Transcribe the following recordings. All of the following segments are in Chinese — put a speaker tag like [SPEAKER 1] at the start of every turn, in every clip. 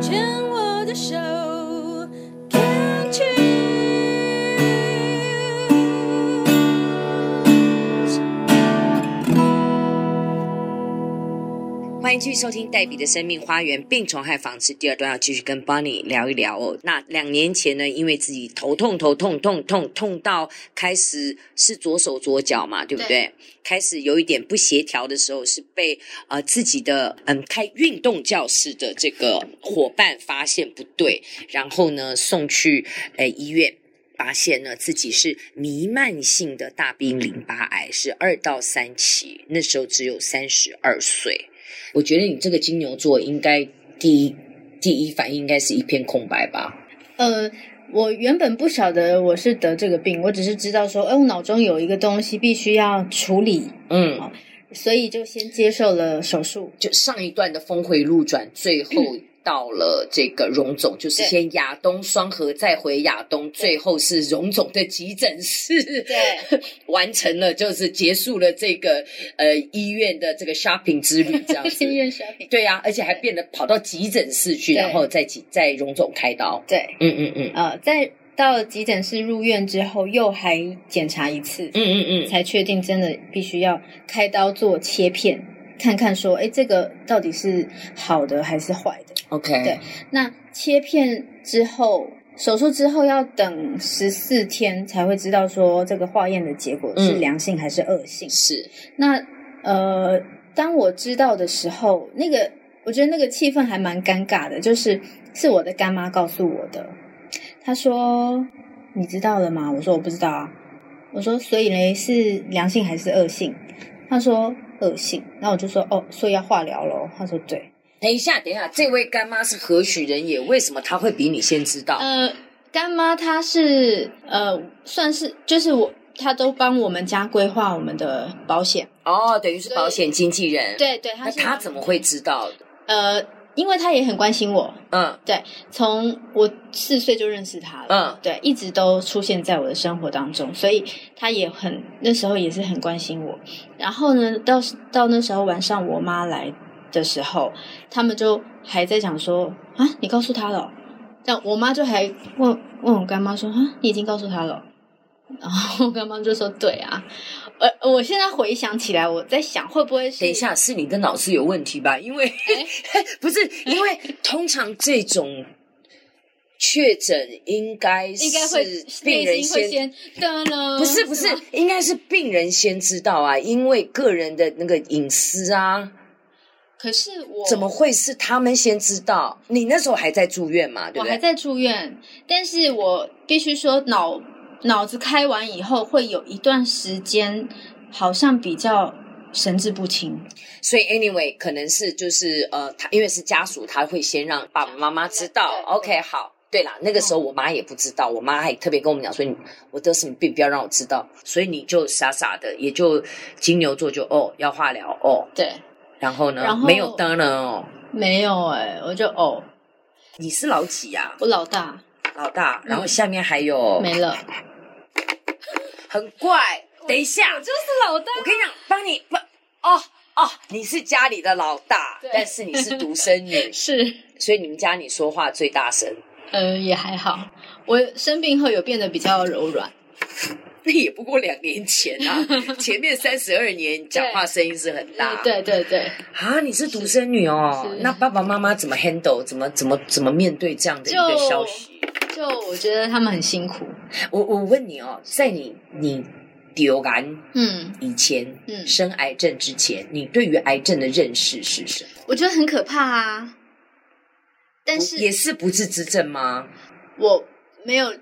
[SPEAKER 1] 牵我的手，Can't you？
[SPEAKER 2] 欢迎继续收听黛比的生命花园病虫害防治第二段，要继续跟 Bonnie 聊一聊哦。那两年前呢，因为自己头痛、头痛、痛痛痛到开始是左手左脚嘛，对不对？
[SPEAKER 3] 对
[SPEAKER 2] 开始有一点不协调的时候，是被呃自己的嗯开运动教室的这个伙伴发现不对，然后呢送去呃医院。发现呢自己是弥漫性的大病淋巴癌，是二到三期，那时候只有三十二岁。我觉得你这个金牛座应该第一第一反应应该是一片空白吧？
[SPEAKER 3] 呃，我原本不晓得我是得这个病，我只是知道说，哎，我脑中有一个东西必须要处理，
[SPEAKER 2] 嗯，
[SPEAKER 3] 所以就先接受了手术。
[SPEAKER 2] 就上一段的峰回路转，最后到了这个荣总，就是
[SPEAKER 3] 嗯对
[SPEAKER 2] 先亚东双核，再回亚东，最后是荣总的急诊室，
[SPEAKER 3] 对，
[SPEAKER 2] 完成了就是结束了这个呃医院的这个 shopping 之旅，这样 子。
[SPEAKER 3] 医院 shopping。
[SPEAKER 2] 对呀、而且还变得跑到急诊室去，
[SPEAKER 3] 对
[SPEAKER 2] 然后再急再荣总开刀。
[SPEAKER 3] 对，
[SPEAKER 2] 嗯嗯嗯
[SPEAKER 3] 呃，在到了急诊室入院之后，又还检查一次，
[SPEAKER 2] 嗯嗯嗯，
[SPEAKER 3] 才确定真的必须要开刀做切片，看看说，哎，这个到底是好的还是坏的？
[SPEAKER 2] OK，
[SPEAKER 3] 对那切片之后，手术之后要等十四天才会知道说这个化验的结果是
[SPEAKER 2] 嗯
[SPEAKER 3] 良性还是恶性。
[SPEAKER 2] 是
[SPEAKER 3] 那呃，当我知道的时候，那个我觉得那个气氛还蛮尴尬的，就是是我的干妈告诉我的，她说你知道了吗？我说我不知道啊，我说所以嘞是良性还是恶性？她说恶性，那我就说哦，所以要化疗咯。她说对。
[SPEAKER 2] 等一下，等一下，这位干妈是何许人也？为什么她会比你先知道？
[SPEAKER 3] 呃，干妈她是呃，算是就是我，她都帮我们家规划我们的保险。
[SPEAKER 2] 哦，等于是保险经纪人。，
[SPEAKER 3] 对对，她
[SPEAKER 2] 那
[SPEAKER 3] 是
[SPEAKER 2] 她怎么会知道的？
[SPEAKER 3] 呃，因为她也很关心我，
[SPEAKER 2] 嗯
[SPEAKER 3] 从我四岁就认识她了。
[SPEAKER 2] 嗯，
[SPEAKER 3] 对，一直都出现在我的生活当中，所以她也很那时候也是很关心我。然后呢，到到那时候晚上我妈来的时候，他们就还在讲说啊，你告诉她了哦、但我妈就还问问我干妈说啊，你已经告诉她了哦。然后我干妈就说对啊，呃，我现在回想起来，我在想会不会是哎
[SPEAKER 2] 等一下，是你的脑子有问题吧？因为、 不是因为通常这种确诊应该是
[SPEAKER 3] 应该会
[SPEAKER 2] 病
[SPEAKER 3] 内
[SPEAKER 2] 人
[SPEAKER 3] 心会
[SPEAKER 2] 先
[SPEAKER 3] 先噔噔，
[SPEAKER 2] 不是不是
[SPEAKER 3] 吗，
[SPEAKER 2] 应该是病人先知道啊，因为个人的那个隐私啊，
[SPEAKER 3] 哦可是我
[SPEAKER 2] 怎么会是他们先知道？你那时候还在住院嘛？对
[SPEAKER 3] 我
[SPEAKER 2] 不
[SPEAKER 3] 还
[SPEAKER 2] 对？
[SPEAKER 3] 在住院，但是我必须说脑脑子开完以后，会有一段时间好像比较神志不清。
[SPEAKER 2] 所以 anyway，可能是就是呃，他因为是家属，他会先让爸爸妈妈知道
[SPEAKER 3] 对。对嗯
[SPEAKER 2] OK，好。对啦，那个时候我妈也不知道，我妈还特别跟我们讲说，你我得什么病不要让我知道，所以你就傻傻的，也就金牛座就哦要化疗哦，
[SPEAKER 3] 对，
[SPEAKER 2] 然后呢
[SPEAKER 3] 然后
[SPEAKER 2] 没有灯了哦，
[SPEAKER 3] 没有哎、我就哦，
[SPEAKER 2] 你是老几呀、
[SPEAKER 3] 我老大
[SPEAKER 2] 老大，然后下面还有、
[SPEAKER 3] 嗯没 了，
[SPEAKER 2] 很怪，等一下，
[SPEAKER 3] 就是老大。
[SPEAKER 2] 我跟你讲，帮你帮哦哦，你是家里的老大
[SPEAKER 3] 对，，
[SPEAKER 2] 但是你是独生女
[SPEAKER 3] 是，
[SPEAKER 2] 所以你们家你说话最大声，
[SPEAKER 3] 呃，也还好。我生病后有变得比较柔软，
[SPEAKER 2] 那也不过两年前 啊，前面三十二年讲话声音是很大。
[SPEAKER 3] 对对对，
[SPEAKER 2] 啊，你是独生女哦，
[SPEAKER 3] 是
[SPEAKER 2] 那爸爸妈妈怎么 handle，怎么怎么怎么面对这样的一个
[SPEAKER 3] 就
[SPEAKER 2] 消息？
[SPEAKER 3] 就我觉得他们很辛苦。
[SPEAKER 2] 我我问你哦，在你你丢癌
[SPEAKER 3] 嗯，
[SPEAKER 2] 以前，
[SPEAKER 3] 嗯
[SPEAKER 2] 生癌症之前，你对于癌症的认识是什么？
[SPEAKER 3] 我觉得很可怕啊。但是
[SPEAKER 2] 也是不治之症吗？
[SPEAKER 3] 我没有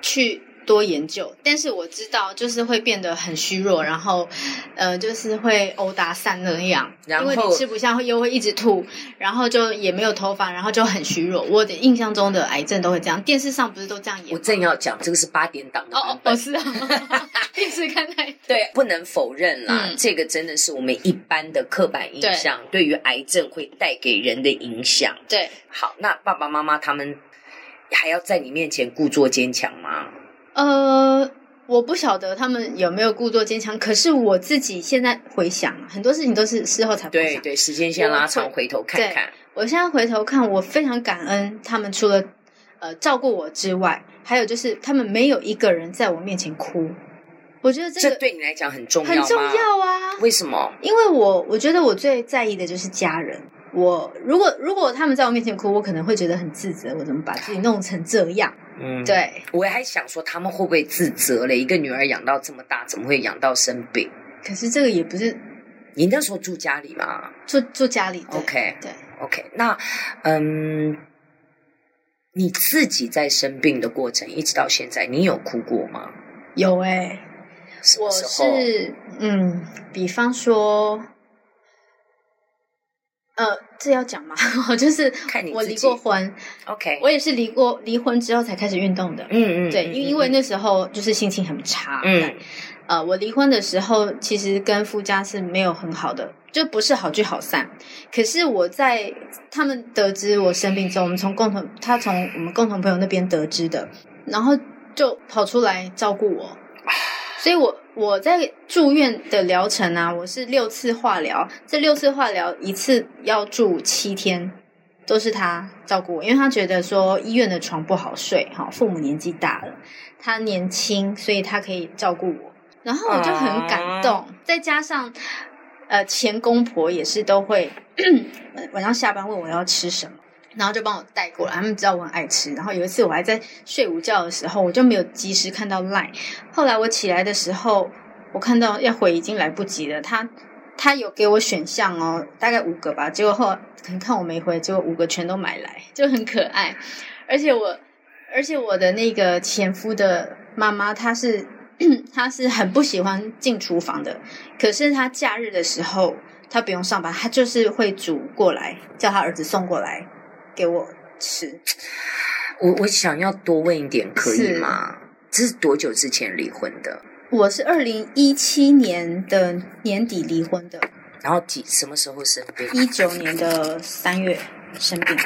[SPEAKER 3] 去多研究，但是我知道就是会变得很虚弱，然后呃，就是会殴打散那样，
[SPEAKER 2] 然
[SPEAKER 3] 因
[SPEAKER 2] 后
[SPEAKER 3] 为你吃不下会又会一直吐，然后就也没有头发，然后就很虚弱。我的印象中的癌症都会这样，电视上不是都这样演
[SPEAKER 2] 我
[SPEAKER 3] 吗？
[SPEAKER 2] 正要讲，这个是八点档的
[SPEAKER 3] 哦
[SPEAKER 2] 版本。
[SPEAKER 3] 哦，我知道， 电视看太多。
[SPEAKER 2] 对，不能否认啦，
[SPEAKER 3] 嗯
[SPEAKER 2] 这个真的是我们一般的刻板印象对于癌症会带给人的影响。
[SPEAKER 3] 对，
[SPEAKER 2] 好，那爸爸妈妈他们还要在你面前故作坚强吗？
[SPEAKER 3] 呃。我不晓得他们有没有故作坚强，可是我自己现在回想，很多事情都是事后才回
[SPEAKER 2] 对
[SPEAKER 3] 想。
[SPEAKER 2] 对，时间线拉长，
[SPEAKER 3] 我
[SPEAKER 2] 回头看看。
[SPEAKER 3] 我现在回头看，我非常感恩他们除了呃照顾我之外，还有就是他们没有一个人在我面前哭。我觉得这
[SPEAKER 2] 这
[SPEAKER 3] 个
[SPEAKER 2] 对你来讲很重要
[SPEAKER 3] 很
[SPEAKER 2] 吗？
[SPEAKER 3] 重要啊，
[SPEAKER 2] 为什么？
[SPEAKER 3] 因为我我觉得我最在意的就是家人。我如果如果他们在我面前哭，我可能会觉得很自责，我怎么把自己弄成这样？
[SPEAKER 2] 嗯，。
[SPEAKER 3] 对，
[SPEAKER 2] 我还想说，他们会不会自责了？一个女儿养到这么大，怎么会养到生病？
[SPEAKER 3] 可是这个也不是
[SPEAKER 2] 你那时候住家里吗
[SPEAKER 3] 住住家里对
[SPEAKER 2] ？OK
[SPEAKER 3] 对，
[SPEAKER 2] OK，那嗯，你自己在生病的过程一直到现在，你有哭过吗？
[SPEAKER 3] 有哎、
[SPEAKER 2] 什么
[SPEAKER 3] 我
[SPEAKER 2] 时候？
[SPEAKER 3] 是嗯，比方说，呃，这要讲吗？ 我就是
[SPEAKER 2] 看你
[SPEAKER 3] 我
[SPEAKER 2] 自
[SPEAKER 3] 离
[SPEAKER 2] 己
[SPEAKER 3] 过婚，
[SPEAKER 2] OK，
[SPEAKER 3] 我也是离过离婚之后才开始运动的。
[SPEAKER 2] 嗯嗯，
[SPEAKER 3] 对，
[SPEAKER 2] 嗯
[SPEAKER 3] 因因为那时候就是心情很差。
[SPEAKER 2] 嗯，
[SPEAKER 3] 呃，我离婚的时候其实跟夫家是没有很好的，就不是好聚好散。可是我在他们得知我生病之后，我们从共同他从我们共同朋友那边得知的，然后就跑出来照顾我。所以我我在住院的疗程啊，我是六次化疗，这六次化疗一次要住七天，都是他照顾我，因为他觉得说医院的床不好睡，哈，父母年纪大了，他年轻，所以他可以照顾我，然后我就很感动，再加上呃前公婆也是都会 晚上下班问我要吃什么。然后就帮我带过来，他们知道我很爱吃。然后有一次我还在睡午觉的时候，我就没有及时看到 line，后来我起来的时候，我看到要回已经来不及了。他他有给我选项哦，大概五个吧。结果后可能看我没回，结果五个全都买来，就很可爱。而且我，而且我的那个前夫的妈妈，她是 她是很不喜欢进厨房的，可是她假日的时候，她不用上班，她就是会煮过来，叫她儿子送过来给我吃。
[SPEAKER 2] 我我想要多问一点，可以
[SPEAKER 3] 是
[SPEAKER 2] 吗？这是多久之前离婚的？
[SPEAKER 3] 我是二零一七年的年底离婚的。
[SPEAKER 2] 然后几什么时候生病？
[SPEAKER 3] 一九年的三月生病，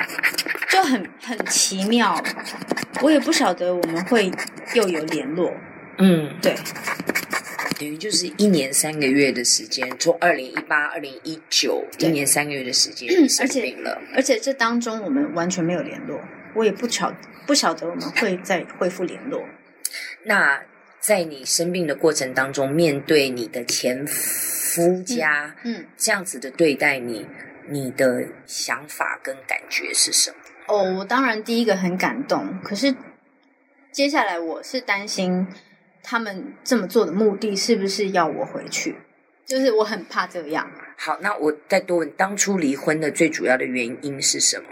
[SPEAKER 3] 就很很奇妙，我也不晓得我们会又有联络。
[SPEAKER 2] 嗯，
[SPEAKER 3] 对，
[SPEAKER 2] 等于就是一年三个月的时间，从二零一八、二零一九一
[SPEAKER 3] 对嗯
[SPEAKER 2] 年三个月的时间生
[SPEAKER 3] 而且
[SPEAKER 2] 病了。
[SPEAKER 3] 而且这当中我们完全没有联络，我也不晓不晓得我们会再恢复联络。
[SPEAKER 2] 那在你生病的过程当中，面对你的前夫家、
[SPEAKER 3] 嗯，
[SPEAKER 2] 这样子的对待你，你的想法跟感觉是什么？
[SPEAKER 3] 哦，我当然第一个很感动，可是接下来我是担心他们这么做的目的是不是要我回去，就是我很怕这样。
[SPEAKER 2] 好，那我再多问，当初离婚的最主要的原因是什么？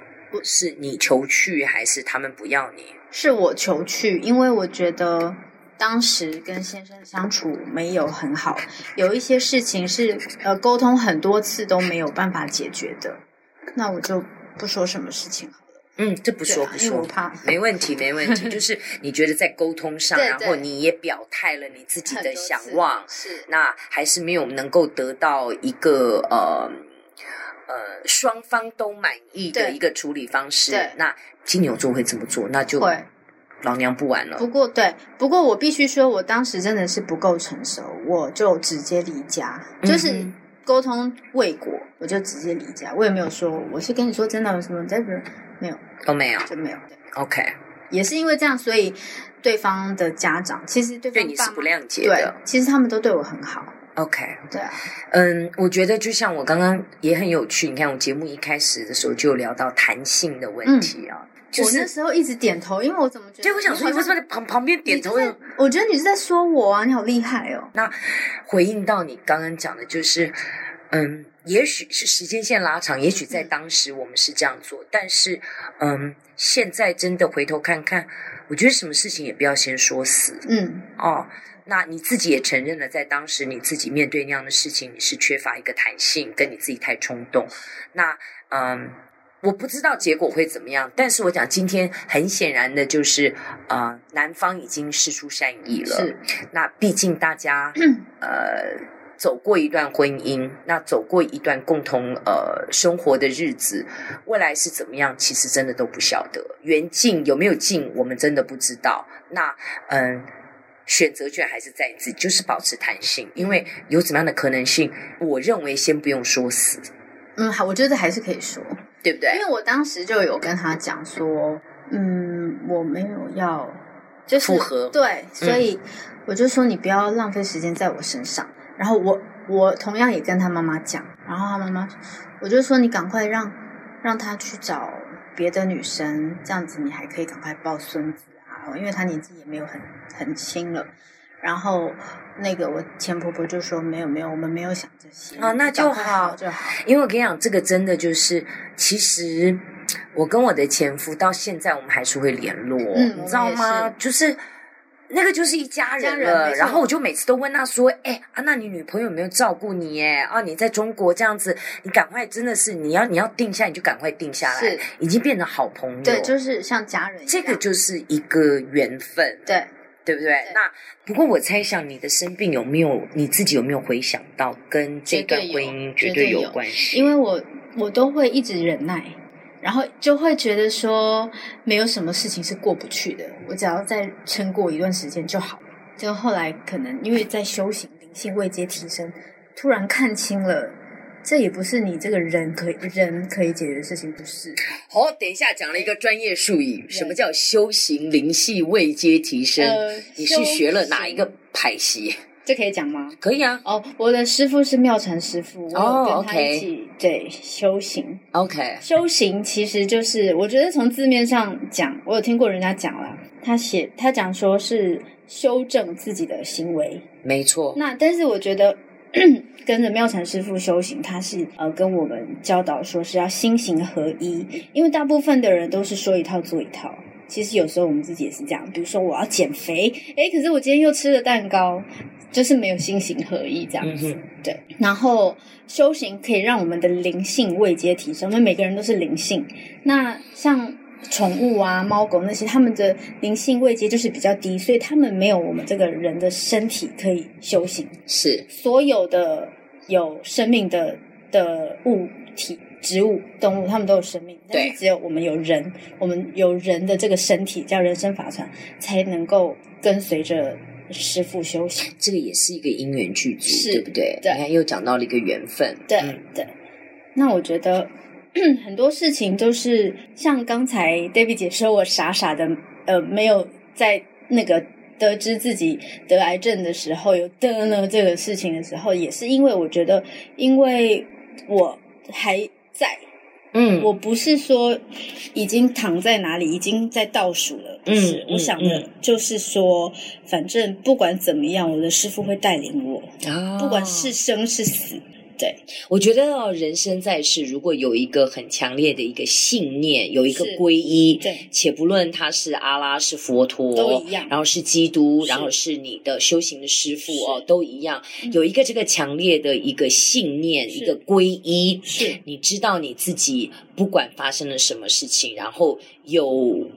[SPEAKER 2] 是你求去，还是他们不要你？
[SPEAKER 3] 是我求去，因为我觉得当时跟先生相处没有很好，有一些事情是呃沟通很多次都没有办法解决的，那我就不说什么事情好了，
[SPEAKER 2] 嗯，这不说
[SPEAKER 3] 对啊
[SPEAKER 2] 不
[SPEAKER 3] 因为
[SPEAKER 2] 说
[SPEAKER 3] 我，怕
[SPEAKER 2] 没问题，没问 题。就是你觉得在沟通上，
[SPEAKER 3] 对
[SPEAKER 2] 然
[SPEAKER 3] 对
[SPEAKER 2] 后你也表态了你自己
[SPEAKER 3] 很
[SPEAKER 2] 的
[SPEAKER 3] 多
[SPEAKER 2] 想
[SPEAKER 3] 次
[SPEAKER 2] 望，
[SPEAKER 3] 是
[SPEAKER 2] 那还是没有能够得到一个呃呃双方都满意的
[SPEAKER 3] 对
[SPEAKER 2] 一个处理方式
[SPEAKER 3] 对。
[SPEAKER 2] 那金牛座会这么做，那就
[SPEAKER 3] 会。
[SPEAKER 2] 老娘不玩
[SPEAKER 3] 不
[SPEAKER 2] 了。
[SPEAKER 3] 过对，不过我必须说，我当时真的是不够成熟，我就直接离家，就是
[SPEAKER 2] 嗯
[SPEAKER 3] 沟通未果，我就直接离家，我也没有说我是跟你说真的有什么，再不是没有
[SPEAKER 2] 都没有
[SPEAKER 3] 就没有。对
[SPEAKER 2] OK，
[SPEAKER 3] 也是因为这样，所以对方的家长其实对方
[SPEAKER 2] 对你是
[SPEAKER 3] 爸妈
[SPEAKER 2] 不谅解
[SPEAKER 3] 对
[SPEAKER 2] 的。，
[SPEAKER 3] 其实他们都对我很好，
[SPEAKER 2] OK，
[SPEAKER 3] 对啊，
[SPEAKER 2] 嗯，我觉得就像我刚刚也很有趣，你看我节目一开始的时候就有聊到弹性的问题啊，就
[SPEAKER 3] 嗯我那
[SPEAKER 2] 是
[SPEAKER 3] 时候一直点头，因为我怎么觉得，
[SPEAKER 2] 对我想说
[SPEAKER 3] 你
[SPEAKER 2] 你
[SPEAKER 3] 好
[SPEAKER 2] 为
[SPEAKER 3] 像
[SPEAKER 2] 什么在旁旁边点头
[SPEAKER 3] 你就在我觉得你是在说我啊，你好厉害哦，
[SPEAKER 2] 那回应到你刚刚讲的，就是，嗯，也许是时间线拉长，也许在
[SPEAKER 3] 嗯
[SPEAKER 2] 当时我们是这样做，但是，嗯，现在真的回头看看，我觉得什么事情也不要先说死
[SPEAKER 3] 嗯，
[SPEAKER 2] 哦。那你自己也承认了，在当时你自己面对那样的事情，你是缺乏一个弹性，跟你自己太冲动。那，嗯。我不知道结果会怎么样，但是我讲今天很显然的就是，呃，男方已经释出善意了，
[SPEAKER 3] 是，
[SPEAKER 2] 那毕竟大家呃走过一段婚姻，那走过一段共同呃生活的日子，未来是怎么样，其实真的都不晓得。缘尽有没有尽，我们真的不知道。那嗯。选择权还是在你自己，就是保持弹性，因为有怎么样的可能性，我认为先不用说死，
[SPEAKER 3] 嗯，好，我觉得还是可以说，
[SPEAKER 2] 对不对
[SPEAKER 3] 因？为我当时就有跟他讲说，嗯，我没有要就是
[SPEAKER 2] 复合嗯
[SPEAKER 3] 对，所以我就说你不要浪费时间在我身上。然后我我同样也跟他妈妈讲，然后他妈妈我就说你赶快让让他去找别的女生，这样子你还可以赶快抱孙子啊，因为他年纪也没有很很轻了。然后那个我前婆婆就说没有没有，我们没有想这些
[SPEAKER 2] 哦那就
[SPEAKER 3] 赶快
[SPEAKER 2] 好
[SPEAKER 3] 就好。
[SPEAKER 2] 因为我跟你讲，这个真的就是，其实我跟我的前夫到现在我们还是会联络，
[SPEAKER 3] 嗯
[SPEAKER 2] 你知道
[SPEAKER 3] 我
[SPEAKER 2] 吗
[SPEAKER 3] 们？
[SPEAKER 2] 就是那个就是一家人
[SPEAKER 3] 家
[SPEAKER 2] 了。
[SPEAKER 3] 人没错
[SPEAKER 2] 然后我就每次都问他说：“哎、啊，那你女朋友有没有照顾你？耶？啊，你在中国这样子，你赶快真的是你要你要定下，你就赶快定下来
[SPEAKER 3] 是，
[SPEAKER 2] 已经变成好朋友。
[SPEAKER 3] 对，就是像家人一样。
[SPEAKER 2] 这个就是一个缘分，
[SPEAKER 3] 对，
[SPEAKER 2] 对不对？那不过我猜想你的生病有没有你自己有没有回想到跟这
[SPEAKER 3] 绝对
[SPEAKER 2] 段婚
[SPEAKER 3] 有
[SPEAKER 2] 姻
[SPEAKER 3] 绝
[SPEAKER 2] 绝对
[SPEAKER 3] 对
[SPEAKER 2] 有
[SPEAKER 3] 有
[SPEAKER 2] 关系？
[SPEAKER 3] 因为我我都会一直忍耐，然后就会觉得说没有什么事情是过不去的，我只要再撑过一段时间就好了。就后来可能因为在修行、灵性位阶提升，突然看清了，这也不是你这个人可以人可以解决的事情，不是？
[SPEAKER 2] 好、等一下讲了一个专业术语，什么叫修行灵系位阶提升？
[SPEAKER 3] 呃
[SPEAKER 2] 你是学了哪一个派系？
[SPEAKER 3] 这可以讲吗？
[SPEAKER 2] 可以啊
[SPEAKER 3] 哦，我的师傅是妙禅师傅，我
[SPEAKER 2] 哦
[SPEAKER 3] 有跟他
[SPEAKER 2] ，OK
[SPEAKER 3] 一起、对修行。
[SPEAKER 2] ，OK，
[SPEAKER 3] 修行其实就是，我觉得从字面上讲，我有听过人家讲啦，他写他讲说是修正自己的行为。
[SPEAKER 2] 没错，
[SPEAKER 3] 那但是我觉得 跟着妙禅师傅修行，他是呃跟我们教导说是要心行合一，因为大部分的人都是说一套做一套。其实有时候我们自己也是这样，比如说我要减肥，诶，可是我今天又吃了蛋糕，就是没有心行合一这样
[SPEAKER 2] 嗯
[SPEAKER 3] 子。
[SPEAKER 2] 哼，
[SPEAKER 3] 对，然后修行可以让我们的灵性位阶提升，我们每个人都是灵性。那像宠物啊、猫狗那些，它们的灵性位阶就是比较低，所以它们没有我们这个人的身体可以修行。
[SPEAKER 2] 是
[SPEAKER 3] 所有的有生命的的物体、植物、动物，它们都有生命，但
[SPEAKER 2] 对
[SPEAKER 3] 是只有我们有人，我们有人的这个身体叫人生法船，才能够跟随着师父修行。
[SPEAKER 2] 这个也是一个因缘具足，
[SPEAKER 3] 是
[SPEAKER 2] 对不对？
[SPEAKER 3] 对
[SPEAKER 2] 你看又讲到了一个缘分，
[SPEAKER 3] 对、
[SPEAKER 2] 嗯
[SPEAKER 3] 对，那我觉得很多事情都是像刚才 David 姐说，我傻傻的呃没有在那个得知自己得癌症的时候有得了这个事情的时候，也是因为我觉得，因为我还在，
[SPEAKER 2] 嗯，
[SPEAKER 3] 我不是说已经躺在哪里，已经在倒数了，不是，
[SPEAKER 2] 嗯嗯
[SPEAKER 3] 我想的就是说，反正不管怎么样，我的师傅会带领我，
[SPEAKER 2] 啊
[SPEAKER 3] 不管是生是死，对。
[SPEAKER 2] 我觉得哦人生在世，如果有一个很强烈的一个信念，有一个
[SPEAKER 3] 是
[SPEAKER 2] 皈依，
[SPEAKER 3] 对
[SPEAKER 2] 且不论他是阿拉是佛陀，
[SPEAKER 3] 都一样
[SPEAKER 2] 然后是基督，
[SPEAKER 3] 是
[SPEAKER 2] 然后是你的修行的师傅
[SPEAKER 3] 是
[SPEAKER 2] 哦，都一样，
[SPEAKER 3] 嗯
[SPEAKER 2] 有一个这个强烈的一个信念，
[SPEAKER 3] 是
[SPEAKER 2] 一个皈依，
[SPEAKER 3] 是
[SPEAKER 2] 你知道你自己不管发生了什么事情，然后有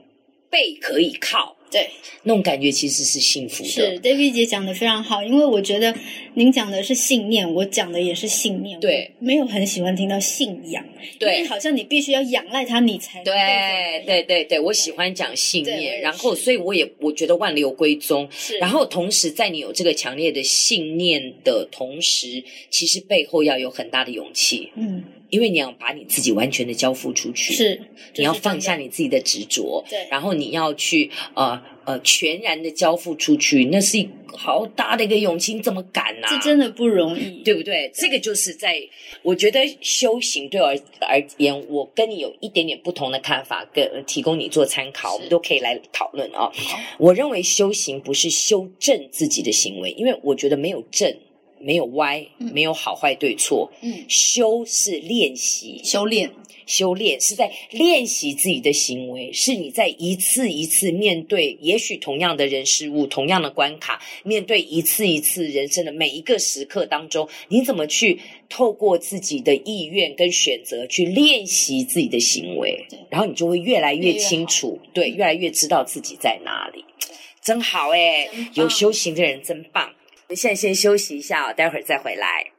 [SPEAKER 2] 背可以靠，
[SPEAKER 3] 对，
[SPEAKER 2] 那种感觉其实是幸福的，
[SPEAKER 3] 是 David 姐讲的非常好，因为我觉得您讲的是信念，我讲的也是信念。
[SPEAKER 2] 对，
[SPEAKER 3] 没有很喜欢听到信仰，因为
[SPEAKER 2] 对。
[SPEAKER 3] 好像你必须要仰赖它，你才能够
[SPEAKER 2] 对对对对，我喜欢讲信
[SPEAKER 3] 对我也
[SPEAKER 2] 念，
[SPEAKER 3] 是
[SPEAKER 2] 然后所以我也我觉得万流归宗，
[SPEAKER 3] 是，
[SPEAKER 2] 然后同时，在你有这个强烈的信念的同时，其实背后要有很大的勇气，
[SPEAKER 3] 嗯
[SPEAKER 2] 因为你要把你自己完全的交付出去，
[SPEAKER 3] 是，
[SPEAKER 2] 你要
[SPEAKER 3] 就是
[SPEAKER 2] 放下
[SPEAKER 3] 这样
[SPEAKER 2] 你自己的执着，
[SPEAKER 3] 对
[SPEAKER 2] 然后你要去呃呃全然的交付出去，那是一个好大的一个勇气，你怎么敢呐、
[SPEAKER 3] 这真的不容易。
[SPEAKER 2] 对不对？这个就是在我觉得修行对我而而言，我跟你有一点点不同的看法，跟呃提供你做参考，
[SPEAKER 3] 是
[SPEAKER 2] 我们都可以来讨论啊、我认为修行不是修正自己的行为，因为我觉得没有正，没有歪，
[SPEAKER 3] 嗯
[SPEAKER 2] 没有好坏对错。
[SPEAKER 3] 嗯，
[SPEAKER 2] 修是练习，
[SPEAKER 3] 修炼
[SPEAKER 2] 修炼是在练习自己的行为，是你在一次一次面对，也许同样的人事物、同样的关卡，面对一次一次人生的每一个时刻当中，你怎么去透过自己的意愿跟选择去练习自己的行为
[SPEAKER 3] 对，
[SPEAKER 2] 然后你就会越来越
[SPEAKER 3] 越好
[SPEAKER 2] 清楚，对，越来越知道自己在哪里，真好哎、
[SPEAKER 3] 真棒
[SPEAKER 2] 有修行的人真棒。我们现在先休息一下、哦，待会儿再回来。